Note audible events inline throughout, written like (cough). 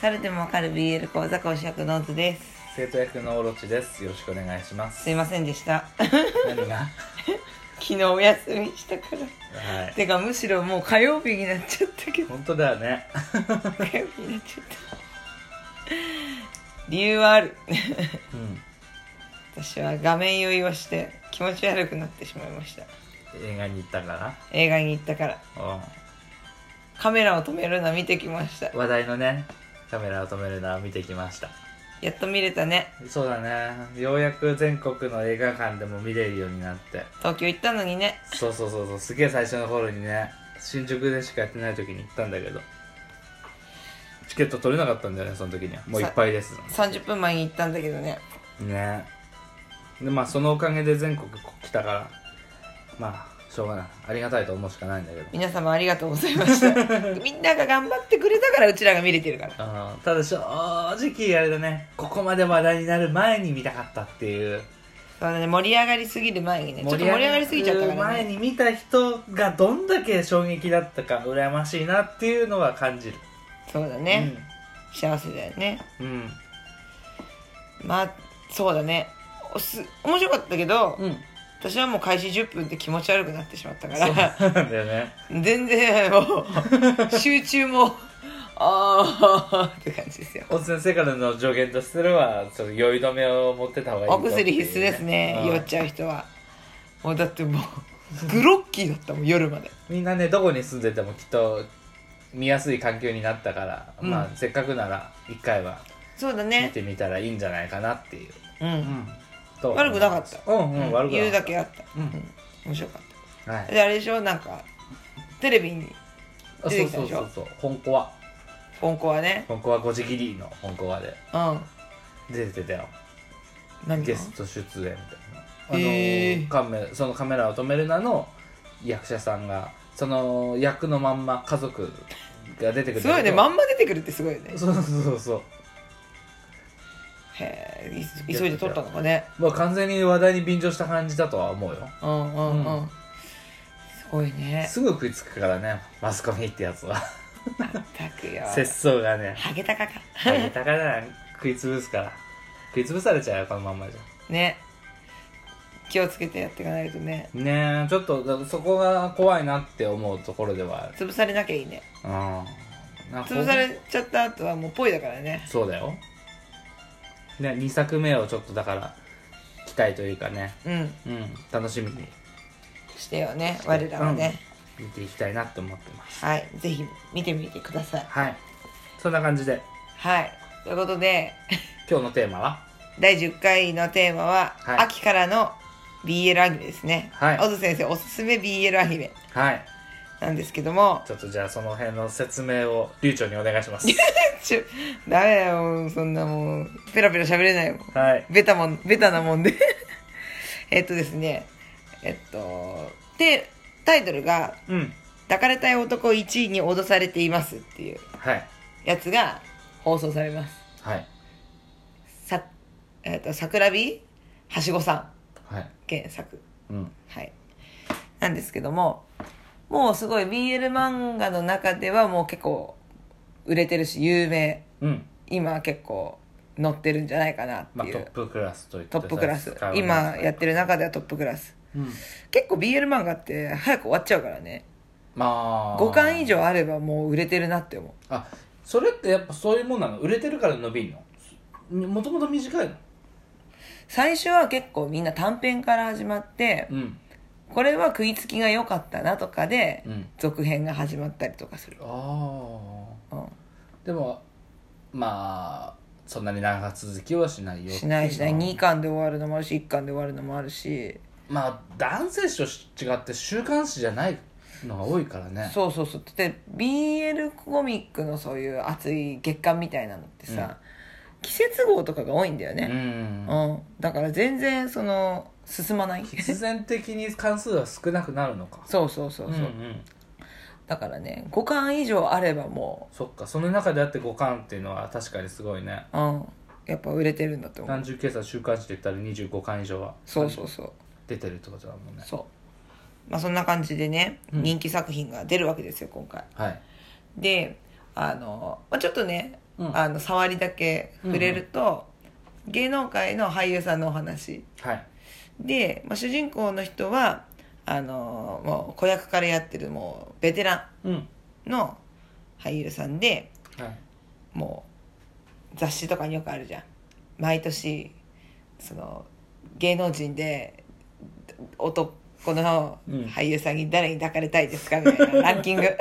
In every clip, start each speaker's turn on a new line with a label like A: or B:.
A: 猿でもわかる BL 講座講師役ノーズです
B: 生徒役のオロチですよろしくお願いします (laughs)
A: すいませんでした (laughs)
B: 何がは
A: 昨日お休みしたから
B: い
A: てかむしろもう火曜日になっちゃったけど (laughs)
B: 本当だよね (laughs)
A: 火曜日になっちゃった (laughs) 理由はある (laughs)
B: うん
A: 私は画面酔いをして気持ち悪くなってしまいました
B: 映画に行ったか
A: 映画に行ったから
B: ら
A: カメラを止めるの見てきました
B: うん話題のねカメラを止めるのを見てきました
A: やっと見れたね
B: そうだねようやく全国の映画館でも見れるようになって
A: 東京行ったのにね
B: そうそうそうそうすげえ最初の頃にね新宿でしかやってない時に行ったんだけどチケット取れなかったんだよねその時にはもういっぱいです
A: 30分前に行ったんだけどね
B: ねでまあそのおかげで全国来たからまあしょうがないありがたいと思うしかないんだけど
A: 皆様ありがとうございましたみんなが頑張ってくれたからうちらが見れてるから
B: うんただ正直あれだねここまで話題になる前に見たかったっていう
A: そうだね盛り上がりすぎる前にねちょっと盛り上がりすぎちゃったから
B: 前
A: ね
B: に見た人がどんだけ衝撃だったか羨ましいなっていうのは感じる
A: そうだね、幸せだよね
B: うん
A: まあそうだねおす面白かったけど、
B: うん、うん、
A: 私はもう開始10分で気持ち悪くなってしまったか
B: (laughs) そう
A: ら
B: なんだよね
A: 全然もう集中もああって感じですよ
B: お先生からの助言とすればその酔い止めを持ってた方がいいよ
A: お
B: っていう
A: 薬必須ですね、
B: うん
A: 酔っちゃう人はもうだってもうグロッキーだったもん夜まで
B: みんなねどこに住んでてもきっと見やすい環境になったから、
A: うん
B: まあせっかくなら一回は
A: そうだ
B: 見
A: ね
B: てみたらいいんじゃないかなっていう、
A: うん、
B: と
A: 悪くなかった
B: うんうん、悪く
A: 言う
B: なか
A: だ
B: っ
A: けあった、
B: うん、
A: 面白かった
B: はい
A: た、であれでしょなんかテレビに
B: あ
A: 出
B: そ
A: て
B: う
A: きた
B: そ
A: で
B: う
A: し
B: そ
A: ょ
B: うそう本コア
A: 本校はね
B: 本コアゴジギリの本コアで
A: うん
B: 出てたよ
A: 何が
B: ゲスト出演みたいなあの、
A: へー
B: カメそのカメラを止めるなの役者さんがその役のまんま家族が出てくる
A: すごいねまんま出てくるってすごいよね
B: そうそうそうそう
A: へえい急いで撮ったのかね
B: まあ完全に話題に便乗した感じだとは思うよ
A: うんうんうん、
B: う
A: すごいね
B: すぐ食いつくからねマスコミってやつは
A: たくよ
B: 節操
A: (laughs)
B: がね
A: ハゲタカか
B: 高田が食い潰すから食い潰されちゃうよこのまんまじゃ
A: ね気をつけてやっていかないとね
B: ねえちょっとだそこが怖いなって思うところではある
A: 潰されなきゃいいね
B: うんなんか
A: 潰されちゃった後はもうぽいだからね
B: そうだよ、ね、2作目をちょっとだから期待というかね
A: うん
B: うん楽しみに
A: してよね我らはね、
B: うん見ていきたいなって思ってます
A: はいぜひ見てみてください
B: はいそんな感じで
A: はいということで
B: 今日のテーマは
A: 第10回のテーマは、
B: はい
A: 秋からの BL アニメですね。
B: はい
A: 小津先生おすすめ BL アニメ
B: はい
A: なんですけども、
B: ちょっとじゃあその辺の説明を流暢にお願いします
A: ちょ、ダメだよ、そんなもう、ペラペラ喋れないもん。
B: はい
A: ベタもん、ベタなもんで。 (laughs) えっとですね、えっと、で、タイトルが、
B: うん
A: 抱かれたい男1位に脅されていますっていう
B: はい
A: やつが放送されます。
B: はい
A: さ、えっと、桜火はしごさん
B: はい
A: 原作。
B: うん
A: はい。なんですけども、もうすごい BL 漫画の中ではもう結構売れてるし、有名。
B: うん
A: 今は結構乗ってるんじゃないかなって
B: まあ、
A: い
B: ト
A: う。
B: ップクラスといって
A: トップクラス
B: 使。う
A: 今やってる中ではトップクラス。
B: うん
A: 結構 BL 漫画って早く終わっちゃうからね。
B: まあ
A: 5巻以上あればもう売れてるなって思う。
B: あそれってやっぱそういうもんなの売れてるから伸びんのもともと短いの
A: 最初は結構みんな短編から始まって、
B: うん
A: これは食いつきが良かったなとかで
B: うん、
A: 続編が始まったりとかする。
B: あ
A: うん
B: あでもまあそんなに長続きはしないよ
A: しないしない2
B: に
A: 巻で終わるのもあるし1巻で終わるのもあるし、
B: まあ男性誌と違って週刊誌じゃないのが多いからね
A: そうそうそうで BL コミックのそういう熱い月刊みたいなのってさ、季節号とかが多いんだよ
B: う
A: ね、
B: ん
A: うんだから全然その進まない
B: 必然的に関数は少なくなるのか
A: そうそうそうそう、
B: んん
A: だからね5巻以上あればも
B: そっかその中であって五巻っていうのは確かにすごいね
A: う、うん、やっぱ売れてるんだと思う
B: 単純計算週刊誌で言ったら25巻以上は
A: そうそうそう
B: 出てるってことだもんね
A: そうまあそんな感じでね、
B: うん
A: 人気作品が出るわけですよ今回
B: はい
A: であの、まあ、ちょっとね
B: うん
A: あの触りだけ触れると、芸能界の俳優さんのお話
B: はい
A: で、まあ、主人公の人はあのもう子役からやってるもうベテラ
B: うん
A: ンの俳優さんで
B: はい
A: もう雑誌とかによくあるじゃん毎年その芸能人で男の俳優さんに誰に抱かれたいですかみたいなランキング (laughs)
B: いや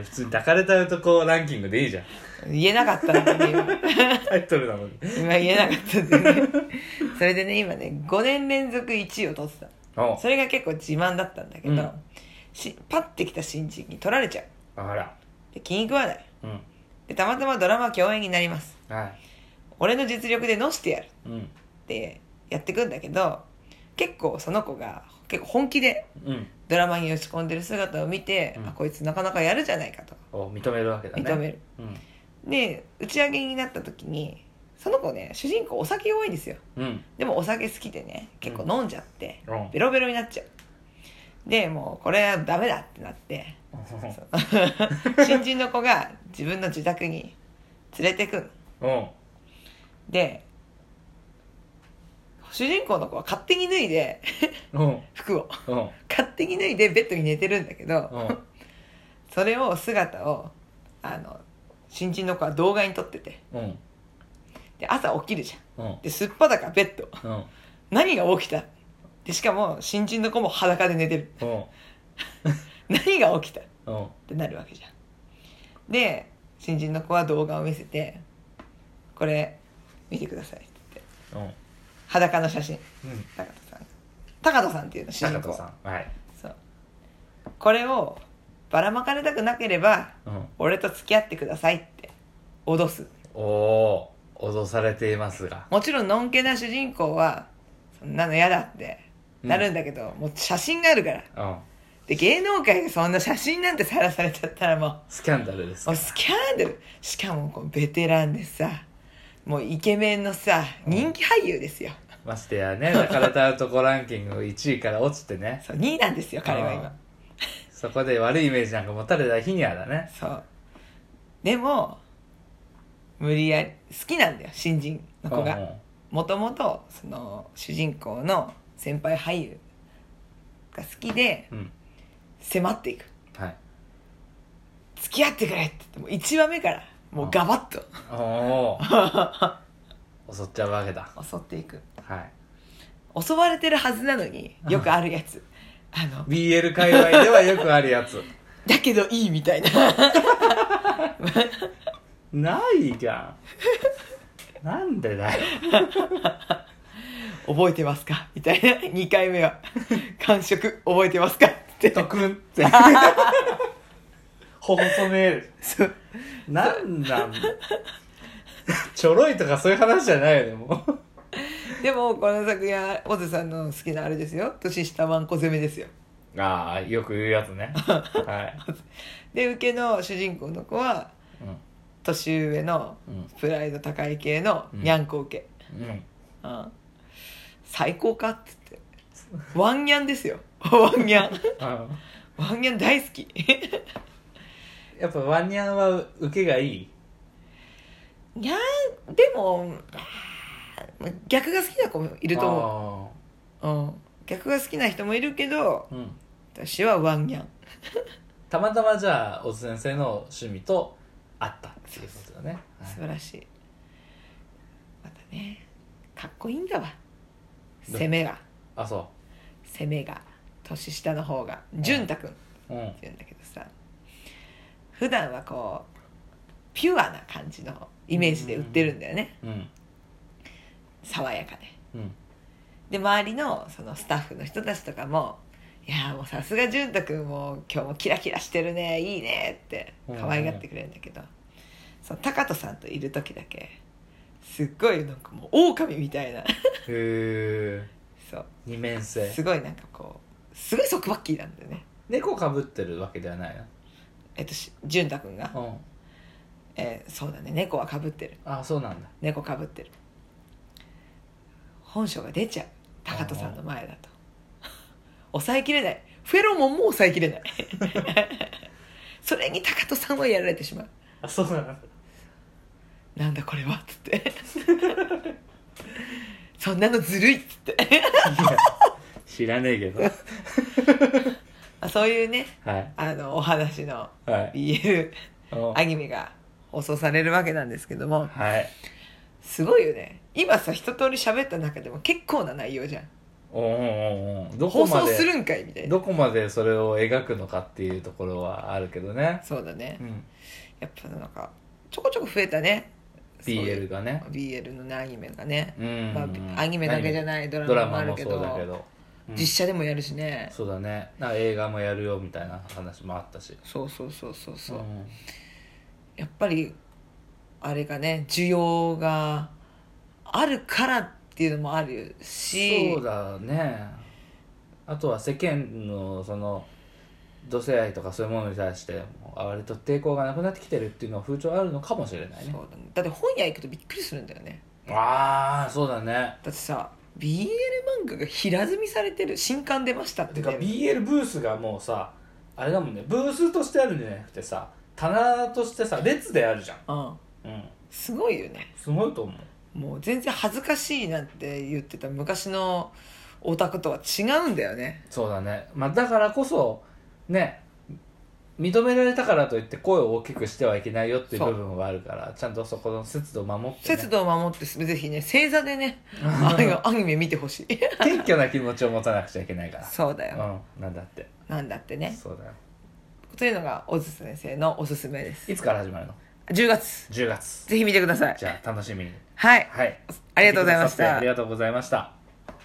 B: 普通に抱かれた男ランキングでいいじゃん (laughs)
A: 言えなかったな今
B: タイトルなのに
A: 今言えなかったんでねそれでね今ね5年連続1位を取って
B: お
A: たそれが結構自慢だったんだけど、
B: うん
A: しパッてきた新人に取られちゃう
B: あら
A: で気に食わない
B: うん
A: でたまたまドラマ共演になります
B: はい
A: 俺の実力でのしてやる
B: うん
A: ってやってくんだけど結構その子が結構本気で
B: うん
A: ドラマに打ち込んでる姿を見て、
B: うん
A: あこいつなかなかやるじゃないかと
B: お認めるわけだね
A: 認める、
B: うん
A: で打ち上げになった時にその子ね主人公お酒弱いんですよ
B: うん
A: でもお酒好きでね結構飲んじゃって、
B: うん
A: ベロベロになっちゃうでもうこれはダメだってなって (laughs) 新人の子が自分の自宅に連れてくの
B: うん
A: で主人公の子は勝手に脱いで (laughs)
B: うん
A: 服を
B: うん
A: 勝手に脱いでベッドに寝てるんだけど
B: うん
A: それを姿をあの新人の子は動画に撮ってて
B: うん
A: で朝起きるじゃん
B: うん
A: で素っ裸ベッド
B: うん
A: 何が起きたでしかも新人の子も裸で寝てる
B: うん
A: 何が起きたっ
B: うん
A: てなるわけじゃんで新人の子は動画を見せて「これ見てください」って言って
B: うん
A: 裸の写真
B: うん
A: 高田さん高田さんっていうの主人
B: 高
A: 公
B: 田さんはい
A: そうこれをばらまかれたくなければ
B: うん
A: 俺と付き合ってくださいって脅す
B: おお脅されていますが
A: もちろんのんけな主人公はそんなの嫌だってなるんだけど、もう写真があるから
B: うん
A: で芸能界でそんな写真なんてさらされちゃったらもう
B: スキャンダルです
A: もうスキャンダルしかもこうベテランでさもうイケメンのさ人気俳優ですよ、
B: ましてやね抱かれた男ランキング1位から落ちてね
A: そう2位なんですよ彼は
B: うん
A: 今
B: そこで悪いイメージなんか持たれた日にはだね
A: そうでも無理やり好きなんだよ新人の子がもともとその主人公の先輩俳優が好きで
B: うんうん
A: 迫っていく
B: (laughs) はい
A: 付き合ってくれって言ってもう1話目からもうガバッと
B: おお襲っちゃうわけだ
A: 襲っていく
B: はい
A: 襲われてるはずなのによくあるやつあの
B: BL 界隈ではよくあるやつ
A: だけどいいみたいな
B: (laughs) ないじゃんなんでだよ
A: 覚えてますか (laughs) みたいな2回目は (laughs) 「感触覚えてますか?」って (laughs)
B: とくんって (laughs) ほ細める
A: そう
B: なんなんだちょろいとかそういう話じゃないよねもう
A: でもこの作品は小津さんの好きなあれですよ年下ワンコ攻めですよ
B: ああよく言うやつねはい、
A: で受けの主人公の子は
B: う
A: 年上の
B: うん
A: プライド高い系の
B: うん
A: にゃんこ受け、
B: んうん、
A: うん最高かっつっ
B: (laughs)
A: てワンニャンですよ (laughs) ワンニャン
B: あ
A: ワンニャン大好き (laughs)
B: やっぱワニャンは受けがいい
A: ニャンでもあー逆が好きな子もい
B: い
A: ると思う、うん、逆が好きな人もいるけど
B: う、うん、
A: 私はワンニャン
B: たまたまじゃあ小津先生の趣味と合ったっていうことだね、はい
A: 素晴らしいまたねかっこいいんだわ攻めが
B: あそ
A: 攻めが年下の方が潤太くんって
B: ううん
A: 言うんだけどさ普段はこうピュアな感じのイメージで売ってるんだよね
B: うん
A: 爽やかで
B: うん
A: で周りのそのスタッフの人たちとかも「いやーもうさすが潤太くんも今日もキラキラしてるねいいね」って可愛がってくれるんだけど、その高人さんといる時だけすっごいなんかもう狼みたいな
B: へえ
A: そう
B: 二面性
A: すごいなんかこうすごい束縛キーなんだよね
B: 猫かぶってるわけではない
A: えっとし潤太くんが、
B: なうん
A: えーそうだね猫はかぶってる
B: あそうなんだ
A: 猫かぶってる本性が出ちゃう高人さんの前だと抑えきれないフェロモンも抑えきれない (laughs) それに高人さんはやられてしまう
B: あそうなんだ
A: なんだこれは」っつって (laughs) 「そんなのずるい」っつって (laughs)
B: 知らねえけど
A: あそういうね
B: はい
A: あのお話の
B: はい
A: 言える
B: あの
A: アニメが放送されるわけなんですけども
B: はい
A: すごいよね今さ一通り喋った中でも結構な内容じゃん
B: おんおんおんどこ
A: 放
B: ま
A: 送す
B: で
A: るんかいみたいな
B: どこまでそれを描くのかっていうところはあるけどね
A: そうだね
B: うん
A: やっぱなんかちょこちょこ増えたねそうい
B: BL
A: う
B: がね
A: BL のねアニメがね、
B: うん
A: まあ、アニメだけじゃ
B: い
A: ないド
B: ド
A: ラ
B: ラ
A: マもあ
B: マ
A: る
B: も
A: け
B: そ
A: ど
B: うだけどうん
A: 実写でもやるしね、
B: そうだねなんか映画もやるよみたいな話もあったし
A: そうそうそうそうそう、
B: ん
A: やっぱりあれがね需要があるからっていうのもあるし
B: そうだねあとは世間のその同性愛とかそういうものに対しても割と抵抗がなくなってきてるっていうのは風潮あるのかもしれないね
A: そうだねだって本屋行くとびっくりするんだよね
B: ああそうだね
A: だってさ BL 漫画が平積みされてる新刊出ましたって
B: てか
A: ね
B: BL ブースがもうさあれだもんねブースとしてあるんじゃなくてさ棚としてさ列であるじゃん
A: うん
B: うん
A: すごいよね
B: すごいと思う
A: もう全然恥ずかしいなんて言ってた昔のオタクとは違うんだよね
B: そうだね、まあ、だからこそね認められたからといって声を大きくしてはいけないよっていう
A: そう
B: 部分はあるからちゃんとそこの節度を守って、ね、
A: 節度を守ってぜひね正座でねあのアニメ見てほしい
B: 謙虚な気持ちを持たなくちゃいけないか
A: (laughs)
B: ら
A: そうだよ、
B: うんなんだって
A: なんだってね
B: そうだよ
A: というのが小津先生のおすすめです
B: いつから始まるの
A: 10月
B: 10月
A: ぜひ見てください
B: じゃあ楽しみに
A: はい
B: はい
A: ありがとうございまし
B: 聞てくださって
A: た
B: ありがとうございました